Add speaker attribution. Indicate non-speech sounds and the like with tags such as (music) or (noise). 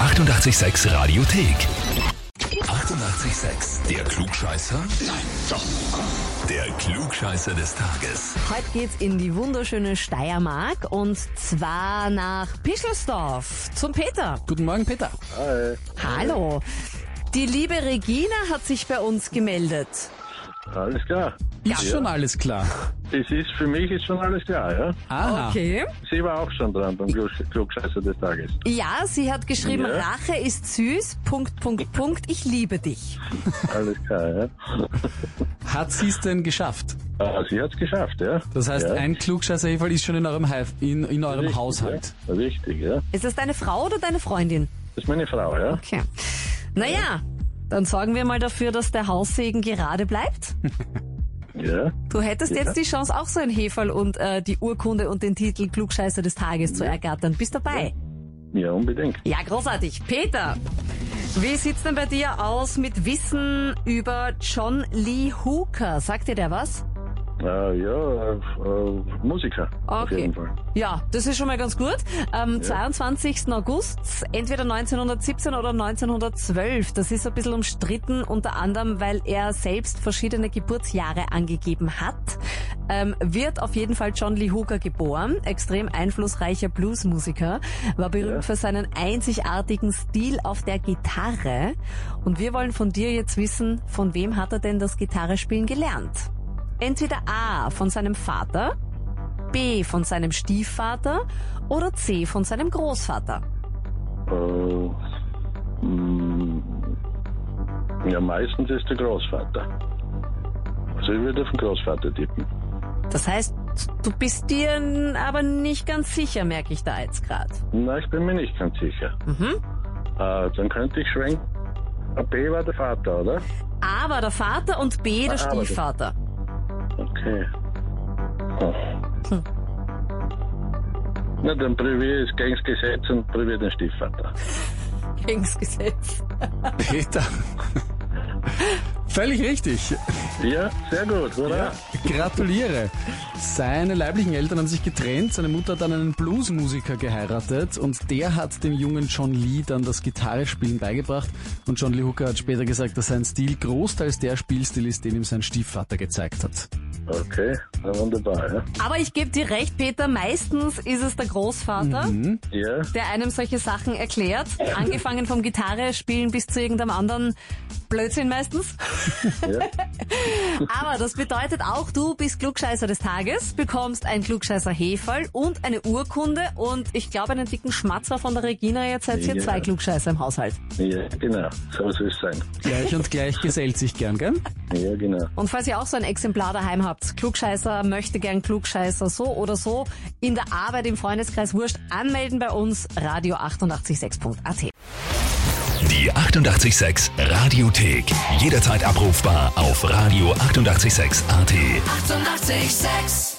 Speaker 1: 886 Radiothek. 88,6. Der Klugscheißer? Nein, doch. Der Klugscheißer des Tages.
Speaker 2: Heute geht's in die wunderschöne Steiermark und zwar nach Pischelsdorf zum Peter.
Speaker 3: Guten Morgen, Peter.
Speaker 4: Hi.
Speaker 2: Hallo. Die liebe Regina hat sich bei uns gemeldet.
Speaker 4: Alles klar.
Speaker 3: Ist schon alles klar.
Speaker 4: Das ist für mich ist schon alles klar, ja.
Speaker 3: Aha.
Speaker 2: Okay.
Speaker 4: Sie war auch schon dran beim Klug- Klugscheißer des Tages.
Speaker 2: Ja, sie hat geschrieben,
Speaker 4: Ja.
Speaker 2: Rache ist süß, Punkt, Punkt, Punkt, ich liebe dich.
Speaker 4: Alles klar, ja.
Speaker 3: Hat sie es denn geschafft?
Speaker 4: Ah, sie hat's geschafft, ja.
Speaker 3: Das heißt,
Speaker 4: ja.
Speaker 3: ein klugscheißer Heferl ist schon in eurem, Heif, in, in eurem Haushalt.
Speaker 4: Ja. Richtig, ja.
Speaker 2: Ist das deine Frau oder deine Freundin?
Speaker 4: Das ist meine Frau, ja.
Speaker 2: Okay. Naja, dann sorgen wir mal dafür, dass der Haussegen gerade bleibt.
Speaker 4: Ja.
Speaker 2: Du hättest
Speaker 4: (laughs) Ja.
Speaker 2: jetzt die Chance, auch so ein Heferl und äh, die Urkunde und den Titel Klugscheißer des Tages zu ergattern. Bist dabei?
Speaker 4: Ja, unbedingt.
Speaker 2: Ja, großartig. Peter, wie sieht's denn bei dir aus mit Wissen über John Lee Hooker? Sagt dir der was?
Speaker 4: Ah, ja, äh, äh, Musiker. Auf
Speaker 2: Okay.
Speaker 4: jeden Fall.
Speaker 2: Ja, das ist schon mal ganz gut. Am 22. August, entweder 1917 oder 1912. Das ist ein bisschen umstritten, unter anderem, weil er selbst verschiedene Geburtsjahre angegeben hat. Ähm, wird auf jeden Fall John Lee Hooker geboren, extrem einflussreicher Bluesmusiker, war berühmt
Speaker 4: Ja.
Speaker 2: für seinen einzigartigen Stil auf der Gitarre. Und wir wollen von dir jetzt wissen, von wem hat er denn das Gitarrespielen gelernt? Entweder A von seinem Vater, B von seinem Stiefvater oder C von seinem Großvater?
Speaker 4: Äh, mh, ja, meistens ist der Großvater. Also ich würde auf den Großvater tippen.
Speaker 2: Das heißt, du bist dir n- aber nicht ganz sicher, merke ich da jetzt gerade.
Speaker 4: Na, ich bin mir nicht ganz sicher.
Speaker 2: Mhm.
Speaker 4: Ah, dann könnte ich schwenken. Ah, B war der Vater, oder?
Speaker 2: A war der Vater und B der
Speaker 4: Ah, aber-
Speaker 2: Stiefvater.
Speaker 4: Okay. Oh. Na, dann privier ist gegen das Gesetz und privier den Stiefvater.
Speaker 2: Gängs Gesetz.
Speaker 3: Peter. (laughs) Völlig richtig.
Speaker 4: Ja, sehr gut, oder?
Speaker 3: Gratuliere. Seine leiblichen Eltern haben sich getrennt. Seine Mutter hat dann einen Bluesmusiker geheiratet und der hat dem jungen John Lee dann das Gitarrespielen beigebracht. Und John Lee Hooker hat später gesagt, dass sein Stil großteils der Spielstil ist, den ihm sein Stiefvater gezeigt hat.
Speaker 4: Okay, na, wunderbar, ja.
Speaker 2: Aber ich gebe dir recht, Peter, meistens ist es der Großvater,
Speaker 4: Ja,
Speaker 2: der einem solche Sachen erklärt. Angefangen vom Gitarre spielen bis zu irgendeinem anderen Blödsinn meistens.
Speaker 4: ja.
Speaker 2: (laughs) Aber das bedeutet auch, du bist Klugscheißer des Tages, bekommst ein Klugscheißer Heferl und eine Urkunde und ich glaube einen dicken Schmatzer von der Regina. Jetzt seid ihr
Speaker 4: Ja.
Speaker 2: zwei Klugscheißer im Haushalt.
Speaker 4: ja, genau. So soll es sein.
Speaker 3: Gleich und gleich gesellt sich gern, gell?
Speaker 4: Ja, genau.
Speaker 2: Und falls ihr auch so ein Exemplar daheim habt, Klugscheißer möchte gern Klugscheißer so oder so in der Arbeit im Freundeskreis wurscht, anmelden bei uns radio 886.at.
Speaker 1: Die 88,6 Radiothek. Jederzeit abrufbar auf radio886.at. 88,6.
Speaker 5: Eighty-eight, sex.